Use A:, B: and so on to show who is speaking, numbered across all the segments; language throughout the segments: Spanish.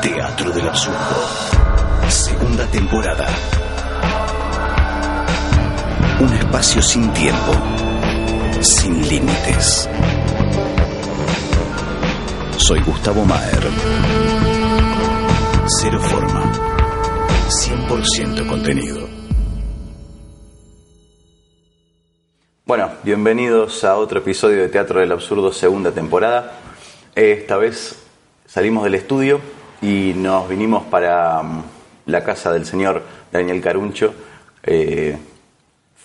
A: Teatro del Absurdo. Segunda temporada. Un espacio sin tiempo, sin límites. Soy Gustavo Maher. Cero forma. 100% contenido.
B: Bueno, bienvenidos a otro episodio de Teatro del Absurdo, segunda temporada. Eh, Esta vez salimos del estudio y nos vinimos para mm, la casa del señor Daniel Caruncho, eh,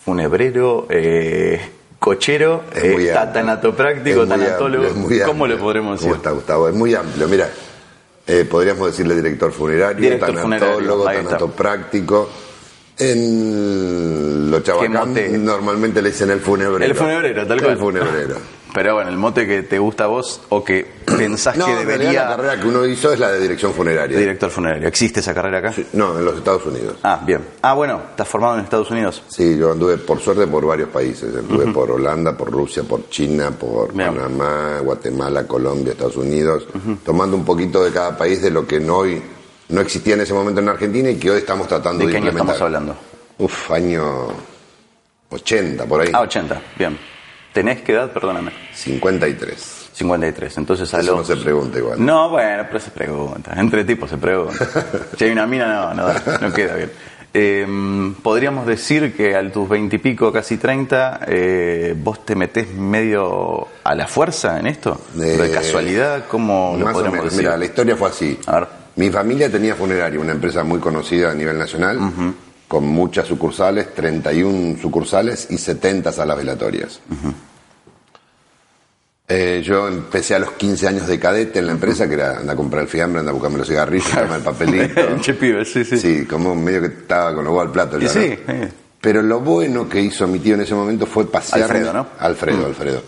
B: funebrero, eh, cochero,
C: Es muy
B: eh,
C: amplio.
B: tanatopráctico,
C: Es muy
B: tanatólogo.
C: amplio, es muy
B: ¿Cómo
C: amplio.
B: lo podremos
C: ¿Cómo
B: decir?
C: está, Gustavo? Es muy amplio. Mira, eh, podríamos decirle director funerario,
B: Director
C: tanatólogo,
B: funerario, ahí está.
C: tanatopráctico. En los chabacán
B: mote?
C: normalmente le dicen el funebrero.
B: El funebrero, tal cual.
C: El funebrero.
B: Pero bueno, el mote que te gusta a vos o que pensás
C: No,
B: que
C: en realidad la
B: debería...
C: carrera que uno hizo es la de dirección funeraria.
B: Director funerario. ¿Existe esa carrera acá?
C: No, en los Estados Unidos.
B: Ah, bien. Ah, bueno, estás formado en Estados Unidos.
C: Sí, yo anduve, por suerte, por varios países. Anduve por Holanda, por Rusia, por China, por
B: Bien.
C: Panamá, Guatemala, Colombia, Estados Unidos, tomando un poquito de cada país de lo que no hoy no existía en ese momento en Argentina y que hoy estamos tratando
B: ¿De
C: de,
B: qué año
C: implementar.
B: estamos hablando?
C: Uf, año 80, por ahí.
B: Ah, 80, bien. ¿Tenés qué edad? Perdóname.
C: 53.
B: 53, entonces a
C: Eso no
B: los...
C: se pregunta igual.
B: No, bueno, pero se pregunta. Entre tipos se pregunta. Si hay una mina, no, no, da, no queda bien. Eh, Podríamos decir que a tus 20 y pico, casi 30, eh, vos te metés medio a la fuerza en esto.
C: Eh,
B: ¿De casualidad? ¿Cómo lo
C: Más o
B: podríamos
C: menos.
B: decir?
C: Mira, la historia fue así.
B: A ver.
C: Mi familia tenía funerario, una empresa muy conocida a nivel nacional, con muchas sucursales, 31 sucursales y 70 salas velatorias. Eh, yo empecé a los 15 años de cadete en la empresa, que era anda a comprar el fiambre, anda a buscarme los cigarrillos, anda el papelito.
B: che, pibe, sí, sí.
C: Sí, como medio que estaba con los huevos al plato.
B: Y
C: ya,
B: sí,
C: ¿no?
B: eh.
C: Pero lo bueno que hizo mi tío en ese momento fue pasearme.
B: Alfredo, ¿no? Mm.
C: Alfredo, Alfredo.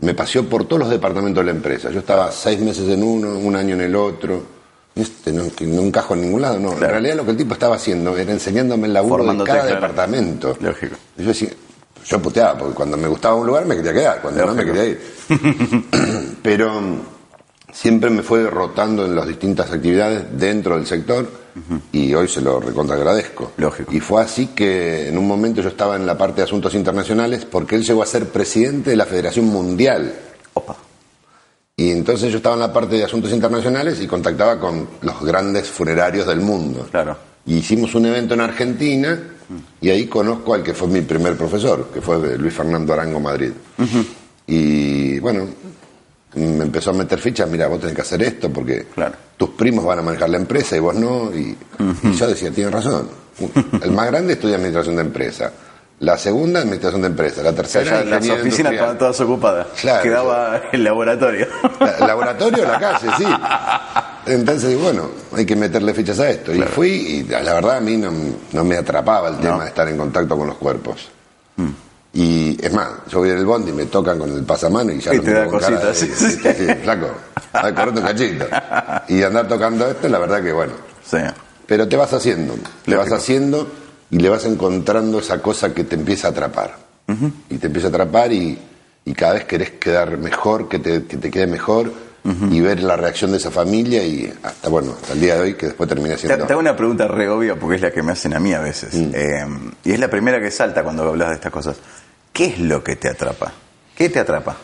C: Me paseó por todos los departamentos de la empresa. Yo estaba seis meses en uno, un año en el otro. Este, no, que no encajo en ningún lado, no. En
B: Claro.
C: realidad lo que el tipo estaba haciendo era enseñándome el laburo
B: Formándote,
C: de cada
B: claro.
C: departamento.
B: Lógico.
C: Y yo decía, yo puteaba, porque cuando me gustaba un lugar me quería quedar, cuando no me
B: Lógico.
C: quería ir. Pero um, siempre me fue rotando en las distintas actividades dentro del sector y hoy se lo recontra agradezco.
B: Lógico.
C: Y fue así que en un momento yo estaba en la parte de asuntos internacionales porque él llegó a ser presidente de la Federación Mundial.
B: Opa.
C: Y entonces yo estaba en la parte de asuntos internacionales y contactaba con los grandes funerarios del mundo.
B: Claro.
C: Y hicimos un evento en Argentina y ahí conozco al que fue mi primer profesor, que fue Luis Fernando Arango Madrid. Y bueno, me empezó a meter fichas, mira, vos tenés que hacer esto porque
B: Claro.
C: tus primos van a manejar la empresa y vos no. Y, y yo decía, tienes razón. El más grande estudia administración de empresa. La segunda, administración de empresa. La
B: O sea,
C: tercera,
B: ya las
C: ingeniería
B: oficinas
C: industrial.
B: estaban todas ocupadas.
C: Claro,
B: Quedaba el laboratorio.
C: La- laboratorio o la calle, sí. Entonces, bueno, hay que meterle fichas a esto. Y fui, y la verdad a mí no, no me atrapaba el tema
B: No. Mm.
C: de estar en contacto con los cuerpos. Y es más, yo voy en el bondi y me tocan con el pasamano y ya
B: Y
C: lo
B: te
C: miro
B: da
C: con cara
B: cositas,
C: de-
B: sí, sí.
C: de- de- Flaco, a correte un cachito. Y andar tocando esto, la verdad que bueno.
B: sí.
C: Pero te vas haciendo, te vas
B: Lógico.
C: haciendo y le vas encontrando esa cosa que te empieza a atrapar. Y te empieza a atrapar y, y cada vez querés quedar mejor, que te, que te quede mejor y ver la reacción de esa familia y hasta, bueno, hasta el día de hoy que después termina
B: Te,
C: siendo...
B: te hago una pregunta re obvia porque es la que me hacen a mí a veces. Eh, y es la primera que salta cuando hablas de estas cosas. ¿Qué es lo que te atrapa? ¿Qué te atrapa?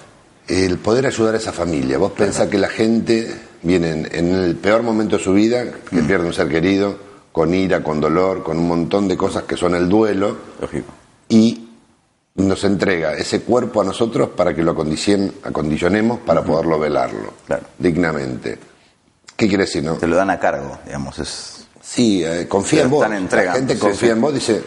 C: El poder ayudar a esa familia. Vos pensás que la gente viene en, en el peor momento de su vida, que pierde un ser querido, con ira, con dolor, con un montón de cosas que son el duelo.
B: Lógico.
C: y nos entrega ese cuerpo a nosotros para que lo acondicien- acondicionemos para poderlo velarlo
B: Claro.
C: dignamente. ¿Qué quiere decir, no?
B: Te lo dan a cargo, digamos. Es...
C: Sí, eh, confía
B: Te
C: en
B: lo
C: vos.
B: están
C: La
B: entregando,
C: gente
B: sí,
C: confía
B: sí.
C: en vos, dice,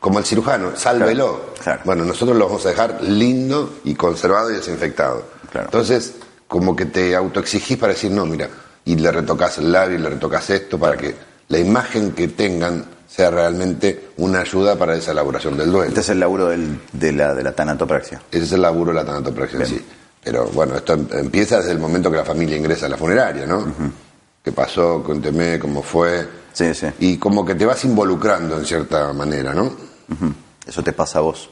C: como el cirujano, sálvelo.
B: Claro, claro.
C: Bueno, nosotros lo vamos a dejar lindo y conservado y desinfectado.
B: Claro.
C: Entonces, como que te autoexigís para decir, no, mira, y le retocas el labio y le retocas esto para que la imagen que tengan sea realmente una ayuda para esa elaboración del duelo.
B: Este es el laburo del- de, la, de la tanatopraxia.
C: Ese es el laburo de la tanatopraxia en
B: Bien.
C: sí. Pero bueno, esto em- empieza desde el momento que la familia ingresa a la funeraria, ¿no? ¿Qué pasó? Conteme cómo fue.
B: Sí, sí.
C: Y como que te vas involucrando en cierta manera, ¿no?
B: Eso te pasa a vos.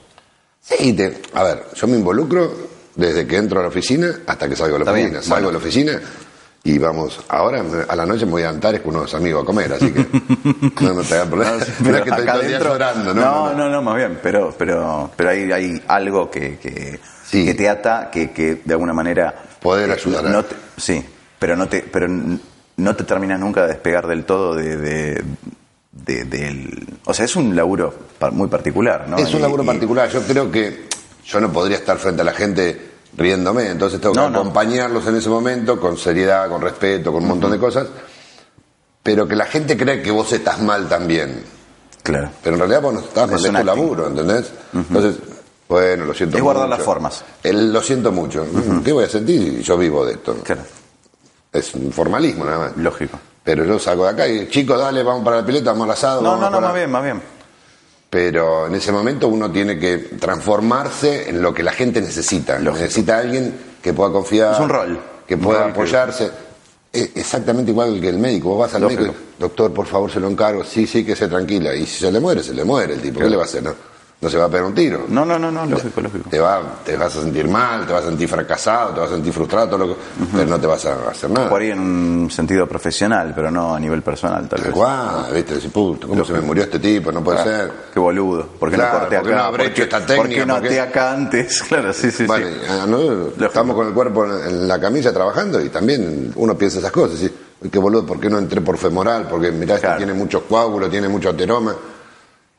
C: Sí, te- a ver, yo me involucro desde que entro a la oficina hasta que salgo de la
B: Está bien,
C: oficina. Salgo de la oficina Y vamos, ahora me- a la noche me voy a Antares con unos amigos a comer, así que no, no te hagas problema. No es que estoy
B: acá
C: todo el día
B: adentro-
C: llorando, ¿no?
B: No, no, no, más bien, pero, pero, pero hay, hay algo que, que,
C: Sí.
B: que te ata, que, que de alguna manera... eh,
C: Poder ayudar a-
B: no te- sí, pero no te, pero n- no te terminas nunca de despegar del todo de... de- de- del, o sea, es un laburo par- muy particular, ¿no?
C: Es un
B: Y-
C: laburo
B: y-
C: particular. Yo creo que yo no podría estar frente a la gente riéndome, entonces tengo que
B: No, no.
C: acompañarlos en ese momento con seriedad, con respeto, con un montón de cosas. Pero que la gente cree que vos estás mal también.
B: Claro.
C: Pero en realidad vos no estás mal,
B: Es
C: es
B: un
C: tu
B: acting.
C: laburo, ¿entendés? Entonces, bueno, lo siento
B: Es
C: mucho.
B: guardar las formas.
C: El- lo siento mucho. Mm, ¿Qué voy a sentir? Yo vivo de esto.
B: Claro,
C: Es un formalismo nada más.
B: lógico.
C: Pero yo salgo de acá y, chicos, dale, vamos para la pileta, vamos al asado.
B: No,
C: vamos
B: no, no,
C: para-
B: más bien, más bien.
C: pero en ese momento uno tiene que transformarse en lo que la gente necesita.
B: Lógico.
C: Necesita a alguien que pueda confiar.
B: Es un rol.
C: Que
B: Un
C: pueda
B: rol que-
C: apoyarse. Es exactamente igual que el médico. Vos vas al
B: Lógico.
C: médico y, doctor, por favor, se lo encargo. Sí, sí, que se tranquila. Y si se le muere, se le muere el tipo. ¿Qué le va a hacer? No, no se va a pegar un tiro.
B: No, no, no, no, lógico, lógico.
C: Te, va, te vas a sentir mal, te vas a sentir fracasado, te vas a sentir frustrado, todo lo que- pero no te vas a hacer nada.
B: Por ahí en un sentido profesional, pero no a nivel personal, tal
C: Tal
B: vez.
C: cual, ¿viste? Decís, puto, ¿cómo se me murió este tipo? No puede ser.
B: Qué boludo. ¿Por qué
C: Claro,
B: no corté
C: ¿por qué
B: acá?
C: no habré hecho esta
B: ¿Por qué
C: técnica?
B: no
C: ¿Por qué?
B: até acá antes? Claro, sí, sí,
C: Vale,
B: sí.
C: ah, no, estamos con el cuerpo en, en la camisa trabajando y también uno piensa esas cosas. ¿sí? Uy, Qué boludo, ¿por qué no entré por femoral? Porque mirá, este
B: Claro.
C: tiene muchos coágulos, tiene mucho ateroma.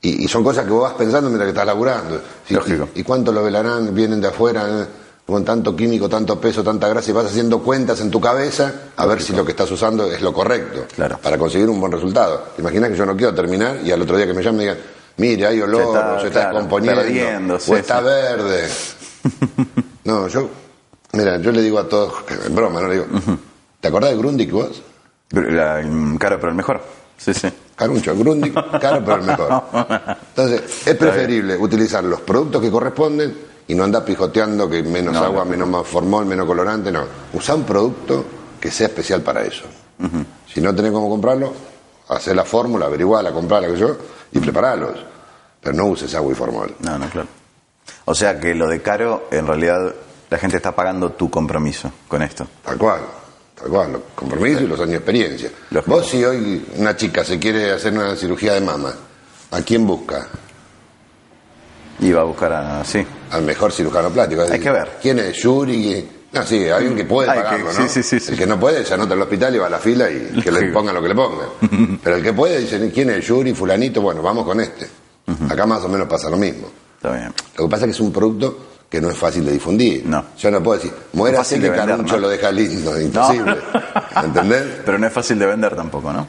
C: Y, y son cosas que vos vas pensando mientras que estás laburando. ¿sí?
B: Lógico.
C: ¿Y, y cuánto lo velarán? Vienen de afuera eh, con tanto químico, tanto peso, tanta grasa y vas haciendo cuentas en tu cabeza a ver si lo que estás usando es lo correcto
B: Claro.
C: para conseguir un buen resultado. ¿Te imaginas que yo no quiero terminar y al otro día que me llamen me digan, mire, hay olor,
B: Se está,
C: o se está
B: claro,
C: descomponiendo,
B: perdiendo, sí,
C: o está
B: sí.
C: verde? No, yo. Mira, yo le digo a todos, en broma, no le digo. ¿Te acordás de Grundig vos?
B: Pero la- mm, claro, pero el mejor. Sí, sí.
C: Caruncho, Grundig, caro pero el mejor. Entonces, es preferible utilizar los productos que corresponden y no andar pijoteando que menos
B: No,
C: agua,
B: no.
C: menos más formol, menos colorante, no. Usá un producto que sea especial para eso. Si no tenés cómo comprarlo, hacé la fórmula, averiguala, comprala, que yo, y preparalos. Pero no uses agua y formol.
B: No, no, claro. O sea que lo de caro, en realidad, la gente está pagando tu compromiso con esto.
C: Tal cual, tal cual, los compromisos y los años de experiencia.
B: Lógico.
C: Vos si hoy una chica se quiere hacer una cirugía de mama, ¿a quién busca?
B: Y va a buscar a. Sí.
C: Al mejor cirujano plástico. Es
B: Hay
C: decir,
B: que ver.
C: ¿Quién es? Yuri. No, sí, alguien que puede
B: Hay que-
C: pagarlo,
B: sí,
C: ¿no?
B: sí, sí, sí.
C: El que no puede se anota al hospital y va a la fila y que le
B: Lógico.
C: pongan lo que le pongan. Pero el que puede dice, ¿quién es? Yuri, fulanito, bueno, vamos con este. Acá más o menos pasa lo mismo.
B: Está bien.
C: Lo que pasa es que es un producto que no es fácil de difundir.
B: No.
C: Yo no puedo decir, muera así
B: fácil
C: que
B: de vender,
C: Caruncho
B: ¿no?
C: lo deja lindo, imposible. ¿Entendés?
B: Pero no es fácil de vender tampoco, ¿no?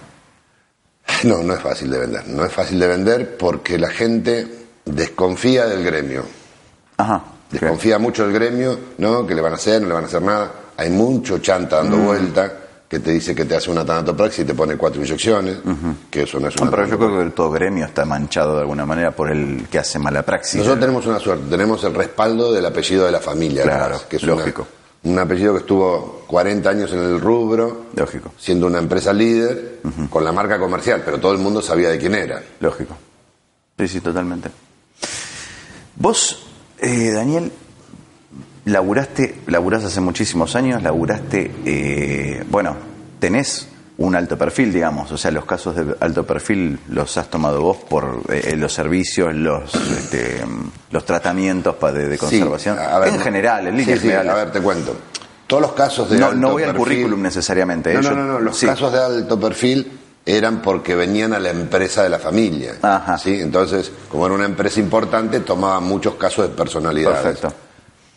C: No, no es fácil de vender. No es fácil de vender porque la gente desconfía del gremio.
B: Ajá.
C: Desconfía mucho del gremio, ¿no? Que le van a hacer, no le van a hacer nada. Hay mucho chanta dando
B: Mm.
C: vuelta que te dice que te hace una tanatopraxia y te pone cuatro inyecciones, que eso no es
B: No,
C: una
B: pero yo creo que todo gremio está manchado de alguna manera por el que hace mala praxis.
C: Nosotros tenemos una suerte, tenemos el respaldo del apellido de la familia,
B: Claro,
C: además, que es una-
B: lógico.
C: un apellido que estuvo 40 años en el rubro,
B: Lógico,
C: siendo una empresa líder, con la marca comercial, pero todo el mundo sabía de quién era.
B: lógico. Sí, sí, totalmente. Vos, eh, Daniel, laburaste, laburás hace muchísimos años, laburaste, eh, bueno, tenés un alto perfil, digamos, o sea, los casos de alto perfil los has tomado vos por eh, los servicios, los este, los tratamientos pa- de, de
C: Sí,
B: conservación,
C: a ver,
B: en
C: no-
B: general, en
C: sí,
B: líneas
C: sí,
B: generales.
C: A ver, te cuento. Todos los casos de
B: no,
C: alto
B: no voy al
C: perfil-
B: currículum necesariamente.
C: No,
B: eh,
C: no,
B: yo-
C: no, no, los
B: sí.
C: casos de alto perfil eran porque venían a la empresa de la familia.
B: Ajá.
C: ¿sí? Entonces, como era una empresa importante, tomaba muchos casos de personalidades.
B: Perfecto.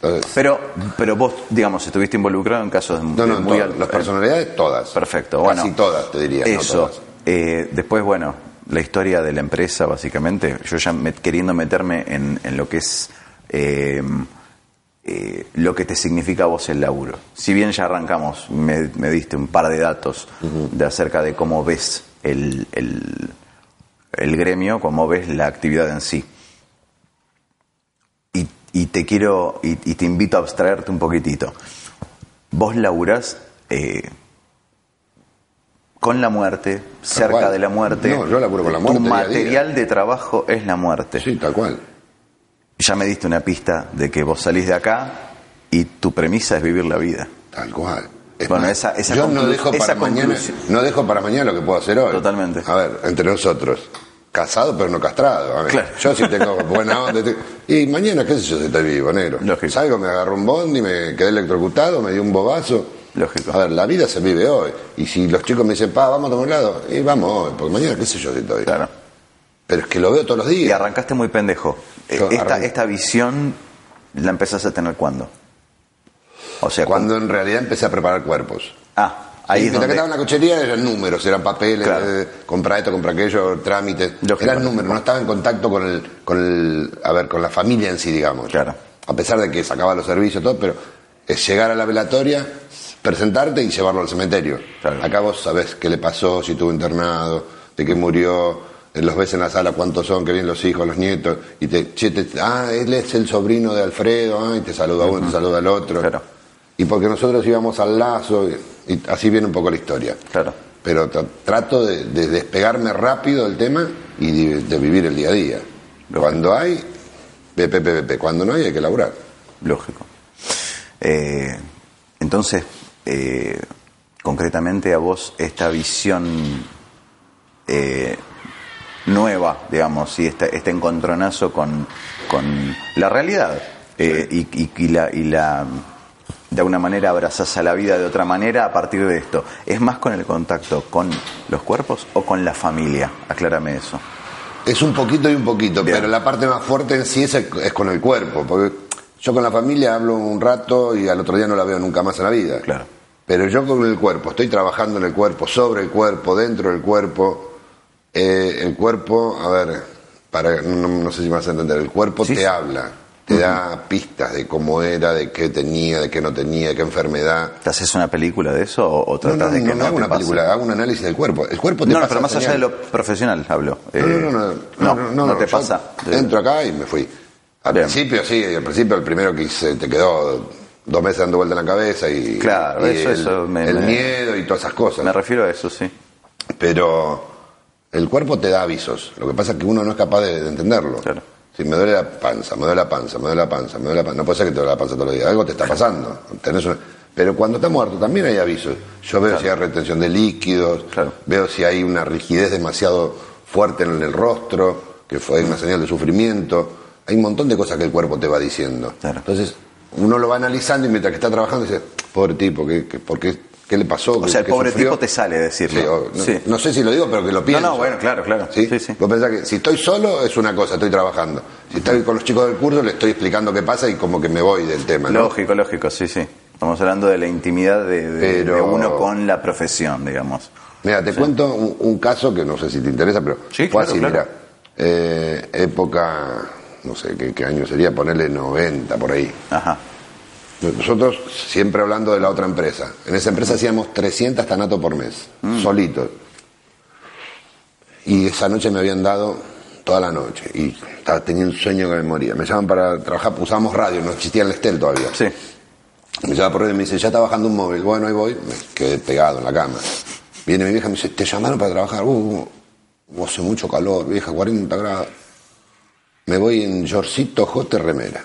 C: Entonces,
B: Pero, pero vos, digamos, estuviste involucrado en casos
C: no, no,
B: de
C: en
B: muy
C: todas,
B: alto-
C: las personalidades todas.
B: Perfecto,
C: Casi
B: bueno.
C: todas, te diría. no
B: Eso.
C: todas.
B: Eh, después, bueno, la historia de la empresa, básicamente. Yo ya me- queriendo meterme en, en lo que es eh, eh, lo que te significa a vos el laburo. Si bien ya arrancamos, me, me diste un par de datos de acerca de cómo ves el, el, el gremio, cómo ves la actividad en sí. Y, y te quiero, y, y te invito a abstraerte un poquitito. Vos laburás eh, con la muerte, cerca
C: cual.
B: de la muerte.
C: No, yo laburo con la muerte
B: Tu
C: día a día.
B: material de trabajo es la muerte.
C: Sí, tal cual.
B: Ya me diste una pista de que vos salís de acá y tu premisa es vivir la vida.
C: Tal cual. Es
B: Bueno,
C: más,
B: esa- esa
C: yo no
B: conclu-
C: dejo, para
B: esa
C: mañana,
B: conclusión-
C: no dejo para mañana lo que puedo hacer hoy.
B: Totalmente.
C: A ver, entre nosotros. Casado pero no castrado. A ver,
B: Claro.
C: Yo sí tengo buena onda. te- Y mañana, qué sé yo, si estoy vivo, negro.
B: Lógico.
C: Salgo, me agarro un bondi, me quedé electrocutado, me dio un bobazo.
B: Lógico.
C: A ver, la vida se vive hoy. Y si los chicos me dicen, pa, vamos a tomar un lado, y vamos hoy, porque mañana, qué sé yo, si estoy vivo.
B: Claro.
C: Pero es que lo veo todos los
B: Y
C: días.
B: arrancaste muy pendejo. Eh,
C: Yo
B: Esta,
C: arranqué.
B: esta visión la empezás a tener cuándo? O sea,
C: Cuando en realidad empecé a preparar cuerpos.
B: cu- Ah, ahí
C: Y mientras que
B: es donde...
C: estaba en la cochería eran números, eran papeles,
B: Claro.
C: eh, compra esto, compra aquello, trámites.
B: Lógico.
C: Eran números, no estaba en contacto con el, con el, a ver, con la familia en sí, digamos.
B: Claro.
C: A pesar de que sacaba los servicios, todo, pero es llegar a la velatoria, presentarte y llevarlo al cementerio.
B: Claro.
C: Acá vos sabés qué le pasó, si tuvo internado, de qué murió, eh, los ves en la sala cuántos son, que vienen los hijos, los nietos, y te, che, te- ah, él es el sobrino de Alfredo, ah, y te saluda uno, te saluda el otro.
B: Claro.
C: Y porque nosotros íbamos al lazo, y, y así viene un poco la historia.
B: Claro.
C: Pero tra- trato de, de despegarme rápido del tema y de, de vivir el día a día.
B: Lógico.
C: Cuando hay, pepe, pepe, pepe. Cuando no hay, hay que laburar.
B: Lógico. Eh, entonces, eh, concretamente a vos esta visión eh, nueva, digamos, y esta- este encontronazo con, con la realidad eh, y, y- y la... y la- de alguna manera abrazás a la vida de otra manera a partir de esto. ¿Es más con el contacto con los cuerpos o con la familia? Aclárame eso.
C: Es un poquito y un poquito,
B: Bien.
C: pero la parte más fuerte en sí es, es con el cuerpo. Porque yo con la familia hablo un rato y al otro día no la veo nunca más en la vida.
B: Claro.
C: Pero yo con el cuerpo, estoy trabajando en el cuerpo, sobre el cuerpo, dentro del cuerpo. Eh, el cuerpo, a ver, para, no, no sé si me vas a entender, el cuerpo
B: Sí,
C: te
B: sí.
C: habla, te da pistas de cómo era, de qué tenía, de qué no tenía, de qué enfermedad.
B: ¿Te haces una película de eso o, o
C: No,
B: tratas
C: no, no,
B: de que no,
C: no hago
B: te
C: una
B: pase?
C: película, hago un análisis del cuerpo. El cuerpo te
B: No, no,
C: pasa
B: pero más allá de
C: señales.
B: lo profesional hablo.
C: No,
B: Eh,
C: no, no, no,
B: no,
C: no,
B: no
C: no,
B: te
C: yo
B: pasa.
C: Entro acá y me fui. Al
B: Bien.
C: principio, sí, al principio el primero que hice te quedó dos meses dando vuelta en la cabeza y,
B: Claro,
C: y
B: eso-
C: el,
B: eso me-
C: el
B: me-
C: miedo y todas esas cosas.
B: Me refiero a eso, sí.
C: Pero el cuerpo te da avisos. Lo que pasa es que uno no es capaz de, de entenderlo.
B: Claro.
C: Si me duele la panza, me duele la panza, me duele la panza, me duele la panza. No puede ser que te duele la panza todos los días. Algo te está pasando. Tenés una- Pero cuando está muerto también hay avisos. Yo veo si hay retención de líquidos,
B: Claro.
C: veo si hay una rigidez demasiado fuerte en el rostro, que fue una señal de sufrimiento. Hay un montón de cosas que el cuerpo te va diciendo.
B: Claro.
C: Entonces, uno lo va analizando y mientras que está trabajando dice, pobre tipo, ¿qué, qué- por qué, qué le pasó?
B: O sea, el pobre tipo te
C: sale
B: sale
C: Sí, o-
B: decirlo.
C: no,
B: Sí.
C: no sé si lo digo, pero que lo pienso.
B: No, no, bueno, claro, claro.
C: ¿Sí?
B: Sí, sí.
C: Vos pensás que si estoy solo es una cosa, estoy trabajando. Si estoy con los chicos del curso, le estoy explicando qué pasa y como que me voy del tema. ¿no?
B: Lógico, lógico, sí, sí. Estamos hablando de la intimidad de, de-
C: Pero-
B: de uno con la profesión, digamos.
C: Mira, te cuento un, un caso que no sé si te interesa, pero
B: Sí,
C: fue
B: claro,
C: así,
B: claro.
C: mira. Eh, época, no sé qué, qué año sería, ponerle 90 por ahí.
B: Ajá.
C: Nosotros siempre hablando de la otra empresa. En esa empresa hacíamos 300 tanatos por mes, solitos. Y esa noche me habían dado toda la noche. Y estaba- tenía un sueño que me moría. Me llaman para trabajar, pues usábamos radio, no existía el Estel todavía.
B: Sí.
C: Me llama por radio y me dice, ya está bajando un móvil. Bueno, ahí voy. Me quedé pegado en la cama. Viene mi vieja y me dice, te llamaron para trabajar. Uh, uh, hace mucho calor, vieja, 40 grados. Me voy en yorcito, jote, remera.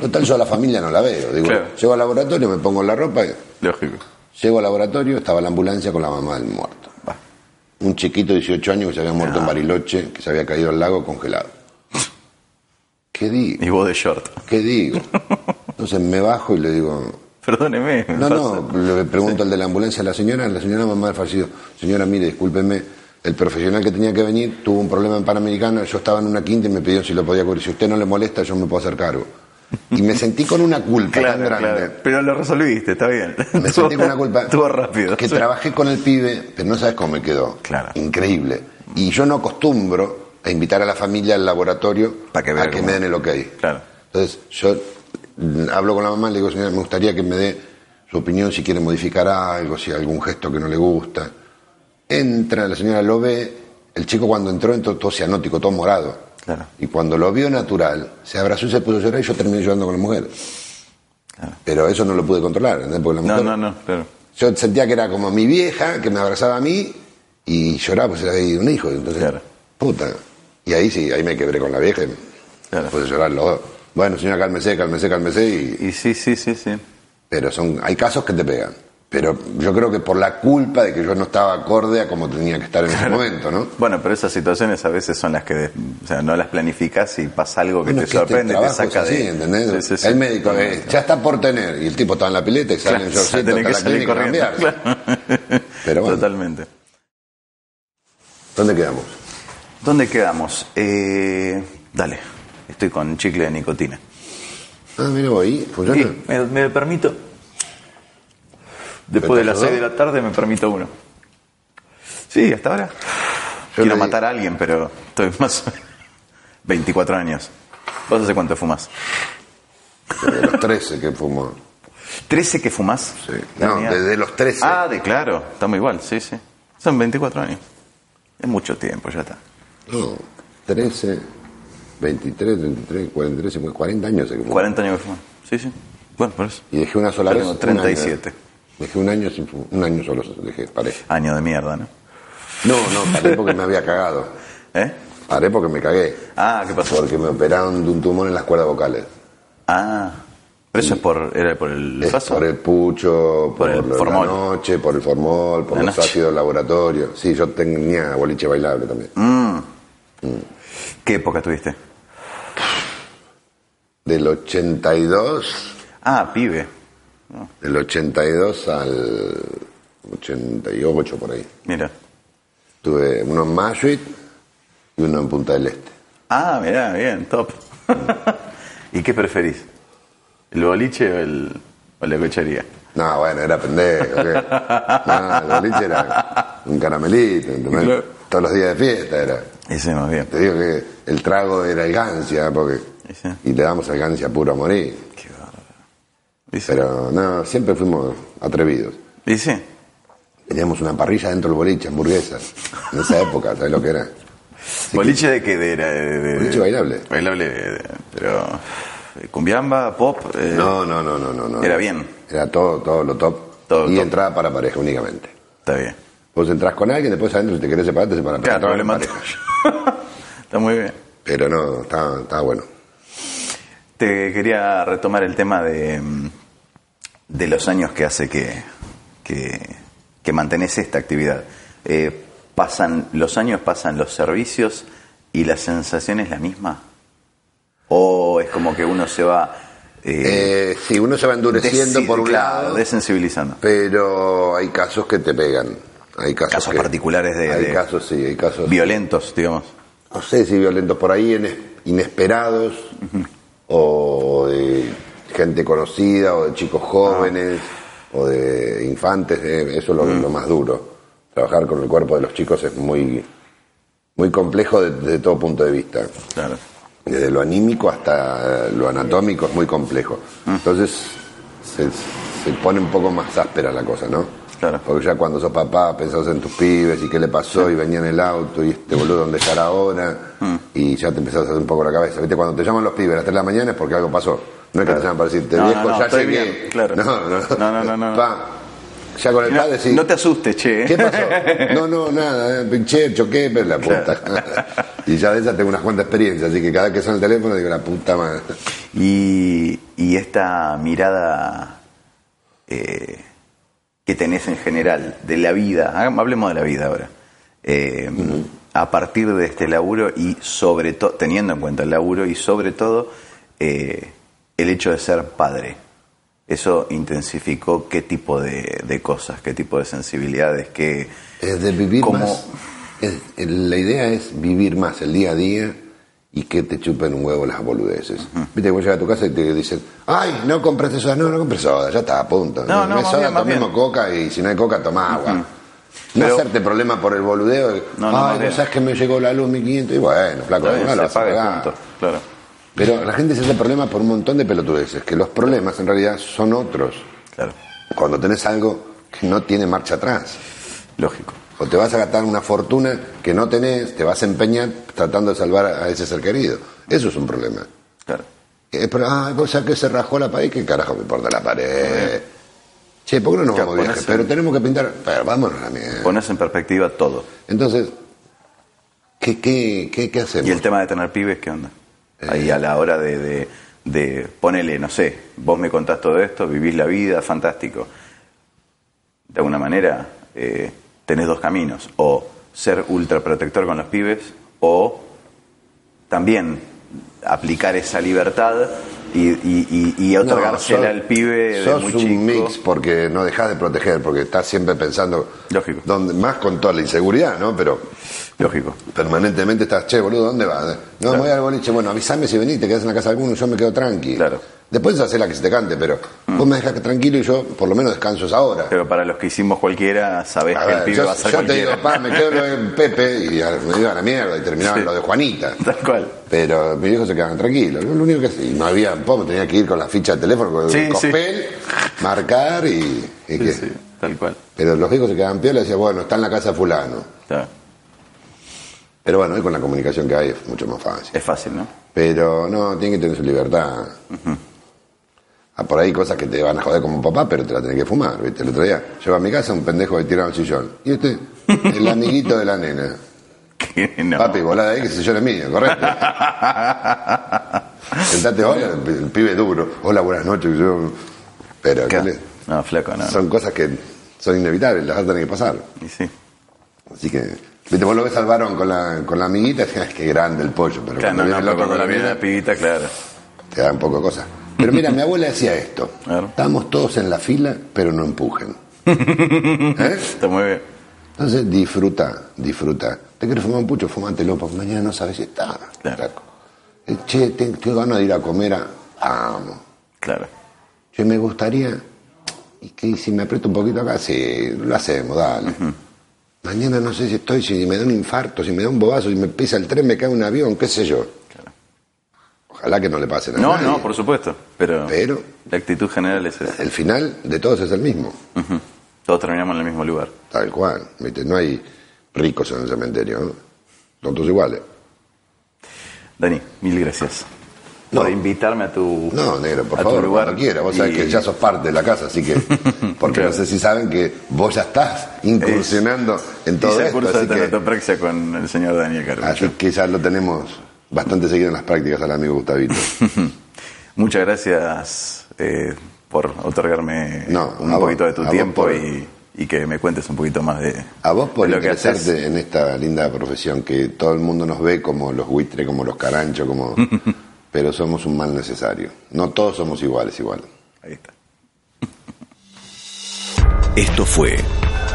C: Total, yo a la familia no la veo. Digo,
B: Claro.
C: llego al laboratorio, me pongo la ropa. y-
B: Lógico.
C: Llego al laboratorio, estaba la ambulancia con la mamá del muerto.
B: Va.
C: Un chiquito de 18 años que se había muerto
B: Ah.
C: en Bariloche, que se había caído al lago congelado. ¿Qué digo?
B: Y vos de short.
C: ¿Qué digo? Entonces me bajo y le digo,
B: Perdóneme. me
C: No,
B: pasa.
C: no, le pregunto al de la ambulancia a la señora, la señora mamá del fallecido, señora, mire, discúlpeme, el profesional que tenía que venir tuvo un problema en Panamericana, yo estaba en una quinta y me pidió si lo podía cubrir, si usted no le molesta yo me puedo hacer cargo. Y me sentí con una culpa tan
B: Claro,
C: grande.
B: claro. Pero lo resolviste, está bien.
C: Me sentí con una culpa.
B: Estuvo rápido.
C: Que
B: Sí.
C: trabajé con el pibe, pero no sabes cómo me quedó.
B: Claro.
C: Increíble. Y yo no acostumbro a invitar a la familia al laboratorio
B: Pa' que vea
C: a que
B: cómo-
C: me den el ok.
B: Claro.
C: Entonces, yo mm, hablo con la mamá, le digo, señora, me gustaría que me dé su opinión si quiere modificar algo, si hay algún gesto que no le gusta. Entra, la señora lo ve, el chico cuando entró entró todo cianótico, todo morado.
B: Claro.
C: Y cuando lo vio natural, se abrazó y se puso a llorar y yo terminé llorando con la mujer. Pero eso no lo pude controlar, ¿entendés? Porque la
B: No,
C: mujer-
B: no, no, claro.
C: yo sentía que era como mi vieja, que me abrazaba a mí y lloraba, pues era ahí un hijo. Entonces,
B: Claro.
C: puta. Y ahí sí, ahí me quebré con la vieja y
B: Claro.
C: me puse a llorar los dos. Bueno, señora, cálmese, cálmese, cálmese. Y,
B: Y sí, sí, sí, sí.
C: pero son, hay casos que te pegan. Pero yo creo que por la culpa de que yo no estaba acorde a como tenía que estar en ese momento, ¿no?
B: Bueno, pero esas situaciones a veces son las que, de- o sea, no las planificas y pasa algo que
C: Bueno,
B: te
C: es que este
B: sorprende, te
C: trabajo es
B: saca
C: así,
B: de.
C: ¿entendés?
B: Sí, sí, sí.
C: El médico eh, ya está por tener, y el tipo está en la pileta y sale
B: Claro,
C: en shortcito
B: tenés
C: hasta
B: que
C: la
B: salir
C: clínica a
B: corriendo.
C: cambiarse.
B: claro.
C: Pero bueno.
B: Totalmente.
C: ¿Dónde quedamos?
B: ¿Dónde quedamos? Eh, dale, estoy con chicle de nicotina.
C: Ah, mira, voy ahí. Pues yo
B: Sí,
C: no-
B: me, me permito. Después de las
C: ayudó?
B: 6 de la tarde me permito uno. Sí, hasta ahora.
C: le
B: Quiero
C: di-
B: matar a alguien, pero estoy más. 24 años. ¿Vos hace cuánto fumas?
C: Desde los 13 que fumo.
B: ¿13 que fumas?
C: Sí. No, desde los 13.
B: Ah, de claro, estamos igual, sí, sí. Son 24 años. Es mucho tiempo, ya está.
C: No, 13, 23, 33, 43, 50, 40 años. hace que fumo.
B: 40 años que fumas. Sí, sí. Bueno, por eso.
C: Y dejé una sola
B: Yo
C: vez.
B: tengo
C: un año.
B: 37.
C: Dejé un año sin fumar. Un año solo dejé, paré.
B: Año de mierda, ¿no?
C: No, no, paré porque me había cagado.
B: ¿Eh?
C: Paré porque me cagué.
B: Ah, ¿qué pasó?
C: Porque me operaron de un tumor en las cuerdas vocales.
B: Ah. Pero eso es por, era por el
C: Es
B: faso.
C: por el pucho, por,
B: Por el
C: lo de
B: formol.
C: la noche, por el formol, por
B: La
C: los
B: noche.
C: ácidos laboratorios. Sí, yo tenía boliche bailable también.
B: Mm. ¿Qué época tuviste?
C: Del 82,
B: Ah, pibe.
C: del 82 al 88 por ahí.
B: Mira.
C: Tuve uno en Mashuit y uno en Punta del Este.
B: Ah, mirá, bien, top. ¿Y qué preferís? ¿El boliche o, el, o la cochería?
C: No, bueno, era pendejo. ¿qué? No, el boliche era un caramelito, ¿entendés?
B: Claro.
C: Todos los días de fiesta era.
B: Ese más bien.
C: Te digo que el trago era elegancia, porque...
B: Ese.
C: Y le damos elegancia puro a morir.
B: Qué bárbaro. ¿Y sí?
C: Pero no, siempre fuimos atrevidos.
B: ¿Y sí?
C: Teníamos una parrilla dentro del boliche, hamburguesas. En esa época, ¿sabes lo que era?
B: ¿Boliche de qué? De, era? de, de-
C: Boliche bailable.
B: Bailable, de- pero... ¿Cumbiamba? ¿Pop? eh,
C: No, no, no, no, no. no.
B: Era bien.
C: Era todo, todo lo top.
B: Todo
C: y
B: top.
C: entrada para pareja únicamente.
B: Está bien.
C: Vos entrás con alguien, después adentro, si te querés separar, te separas.
B: Claro,
C: Pero entrabas
B: problema
C: con pareja.
B: tuyo. Está muy bien.
C: Pero no, estaba, estaba bueno.
B: Te quería retomar el tema de, mm, de los años que hace que, que, que mantenés esta actividad. Eh, pasan Los años pasan los servicios y la sensación es la misma. O es como que uno se va eh,
C: Eh, sí, uno se va endureciendo
B: desi-
C: por un
B: claro,
C: lado,
B: desensibilizando.
C: pero hay casos que te pegan. Hay casos,
B: Casos
C: que-
B: particulares de,
C: Hay
B: de-
C: casos, sí, hay casos.
B: violentos, digamos.
C: no sé si violentos por ahí, ines- inesperados, o de gente conocida, o de chicos
B: Ah.
C: jóvenes, o de infantes, eh, eso es lo,
B: Mm.
C: lo más duro. Trabajar con el cuerpo de los chicos es muy, muy complejo de- desde todo punto de vista.
B: Claro.
C: Desde lo anímico hasta lo anatómico es muy complejo.
B: Mm.
C: Entonces se, se pone un poco más áspera la cosa, ¿no?
B: Claro.
C: Porque ya cuando sos papá pensás en tus pibes y qué le pasó y venía en el auto y este boludo dónde estará ahora
B: Mm.
C: y ya te empezás a hacer un poco la cabeza. ¿Viste? Cuando te llaman los pibes a las 3 de la mañana es porque algo pasó. No es que te llaman para decirte,
B: No, no,
C: viejo,
B: no,
C: ya
B: estoy
C: llegué.
B: bien, claro.
C: No, no,
B: No, no, no, no.
C: Pa, ya con el
B: No,
C: padre decís,
B: no te asustes, che. ¿eh?
C: ¿Qué pasó? No, no, nada, eh, che, choqué, pero la puta. Y ya de esa tengo unas cuantas experiencias, así que cada vez que suena el teléfono digo, la puta madre.
B: Y, y esta mirada eh, que tenés en general de la vida, hagam- hablemos de la vida ahora, eh, a partir de este laburo y sobre todo, teniendo en cuenta el laburo y sobre todo eh, el hecho de ser padre, eso intensificó qué tipo de, de cosas, qué tipo de sensibilidades, qué...
C: Es de vivir
B: Como-
C: más. Es- el- la idea es vivir más el día a día y que te chupen un huevo las boludeces. Viste que vos llegas a tu casa y te dicen, ay, no compraste soda, no, no compré soda, ya está, punto.
B: No, no,
C: hay
B: más
C: soda,
B: bien, más
C: tomemos
B: bien.
C: coca y si no hay coca, toma agua. No
B: Pero-
C: hacerte problema por el boludeo, de,
B: No, no, más
C: ay,
B: bien.
C: no sabes que me llegó la luz 1500, y bueno, flaco,
B: Está bien,
C: no
B: se
C: lo vas a
B: apaga y
C: pagar.
B: punto, claro.
C: Pero la gente se hace problemas por un montón de pelotudeces, que los problemas en realidad son otros.
B: Claro,
C: Cuando tenés algo que no tiene marcha atrás.
B: lógico.
C: O te vas a gastar una fortuna que no tenés, te vas a empeñar tratando de salvar a ese ser querido. Eso es un problema.
B: Claro.
C: Eh, pero, ah, cosa que se rajó la pared, ¿qué carajo me importa la pared? Che, ¿por qué no nos
B: Claro,
C: vamos de viaje?
B: ponés en-
C: Pero tenemos que pintar. Pero vámonos a la mierda.
B: Pones en perspectiva todo.
C: Entonces, ¿qué, qué, qué, qué hacemos?
B: ¿Y el tema de tener pibes qué onda?
C: Eh.
B: Ahí a la hora de, de, de- ponele, no sé, vos me contás todo esto, vivís la vida, fantástico. de alguna manera eh, tenés dos caminos, o ser ultra protector con los pibes, o también aplicar esa libertad y, y, y, y otorgársela
C: sos-
B: al pibe de
C: sos
B: muy
C: un
B: chico.
C: mix porque no dejas de proteger, porque estás siempre pensando.
B: Lógico.
C: Donde, más con toda la inseguridad, ¿no? Pero
B: Lógico.
C: permanentemente estás, che, boludo, ¿dónde vas? No, me voy al boliche. Bueno, avísame si venís, te quedas en la casa de alguno, yo me quedo tranqui.
B: Claro. Mm.
C: Después hacer la que se te cante, pero vos me dejas tranquilo y yo por lo menos descanso esa hora.
B: Pero para los que hicimos cualquiera, sabés
C: A
B: que el
C: ver,
B: pibe
C: yo
B: va a ser
C: yo te digo,
B: cualquiera.
C: pa, me quedo en Pepe y a- me iba a la mierda y terminaban
B: Sí.
C: lo de Juanita.
B: Tal cual.
C: Pero mis hijos se quedaban tranquilos. Yo Lo único que y no había pomo, tenía que ir con la ficha de teléfono, con
B: Sí,
C: el
B: sí.
C: cospel, marcar y, y que-
B: Sí, tal cual.
C: Pero los hijos se quedaban piola y decían, bueno, está en la casa de fulano.
B: Está.
C: Pero bueno, hoy con la comunicación que hay es mucho más fácil.
B: Es fácil, ¿no?
C: Pero no, tienen que tener su libertad. Ah, por ahí cosas que te van a joder como papá, pero te la tenés que fumar, ¿viste? El otro día llevo a mi casa un pendejo que tiraba un sillón. Y este, el amiguito de la nena.
B: Que no.
C: Papi, volá de ahí que el sillón es mío, correcto. Sentate hola, el, pi- el pibe duro. Hola, buenas noches. yo- Pero ¿qué
B: Acá.
C: le-
B: No, flaco, no. no.
C: son cosas que son inevitables, las vas a tener que pasar.
B: Y sí.
C: Así que, viste, vos lo ves al varón con la, con la amiguita, y decís, qué grande el pollo, pero
B: Claro,
C: cuando
B: no,
C: viene
B: no,
C: el
B: pero
C: otro
B: cuando
C: con
B: la
C: la
B: viene
C: mina,
B: la pibita, claro.
C: te dan poco cosas. Pero mira, mi abuela decía esto.
B: A ver.
C: Estamos todos en la fila, pero no empujen. ¿Eh?
B: Está muy bien.
C: Entonces disfruta, disfruta. ¿Te quieres fumar un pucho? Fumátelo, porque mañana no sabes si está.
B: Claro.
C: flaco. Eh, Che, te- tengo ganas de ir a comer a... Vamos.
B: Claro.
C: Che, me gustaría... ¿Y que si me aprieto un poquito acá? Sí, lo hacemos, dale. Mañana no sé si estoy, si me da un infarto, si me da un bobazo, si me pisa el tren, me cae un avión, qué sé yo. Ojalá que no le pase nada.
B: No, no, por supuesto. Pero,
C: Pero-
B: la actitud general es esa.
C: El final de todos es el mismo.
B: Ujú. Todos terminamos en el mismo lugar.
C: Tal cual. ¿viste? No hay ricos en el cementerio, ¿no? Son todos iguales.
B: Dani, mil gracias.
C: No.
B: Por invitarme a tu
C: No, negro, por
B: a tu
C: favor,
B: lugar.
C: cuando quiera. Vos sabés
B: Y-
C: que ya sos parte de la casa, así que. Porque
B: Claro.
C: no sé si saben que vos ya estás incursionando en todo
B: hice el
C: esto.
B: curso
C: Así
B: de
C: que, Ah.
B: tanatopraxia con el señor Daniel Carlos.
C: así que ya lo tenemos bastante seguido en las prácticas al amigo Gustavito.
B: Muchas gracias eh, por otorgarme
C: No,
B: un
C: a vos-
B: poquito de
C: a
B: tu
C: vos
B: tiempo
C: por-
B: y, y que me cuentes un poquito más de,
C: A vos por
B: de lo que haces.
C: interesarte en esta linda profesión que todo el mundo nos ve como los buitres, como los caranchos, como. Pero somos un mal necesario. No todos somos iguales, igual.
B: Ahí está.
A: Esto fue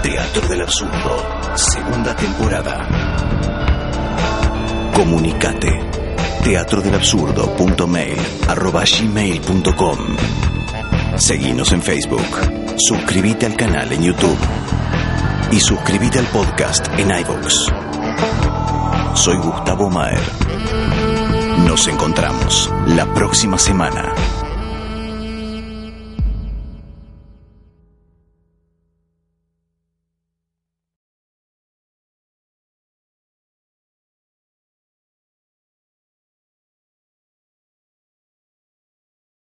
A: Teatro del Absurdo, segunda temporada. Comunicate. Teatro del gmail.com. Seguinos en Facebook. Suscríbete al canal en YouTube. Y suscríbete al podcast en iVoox. Soy Gustavo Maer. Nos encontramos la próxima semana.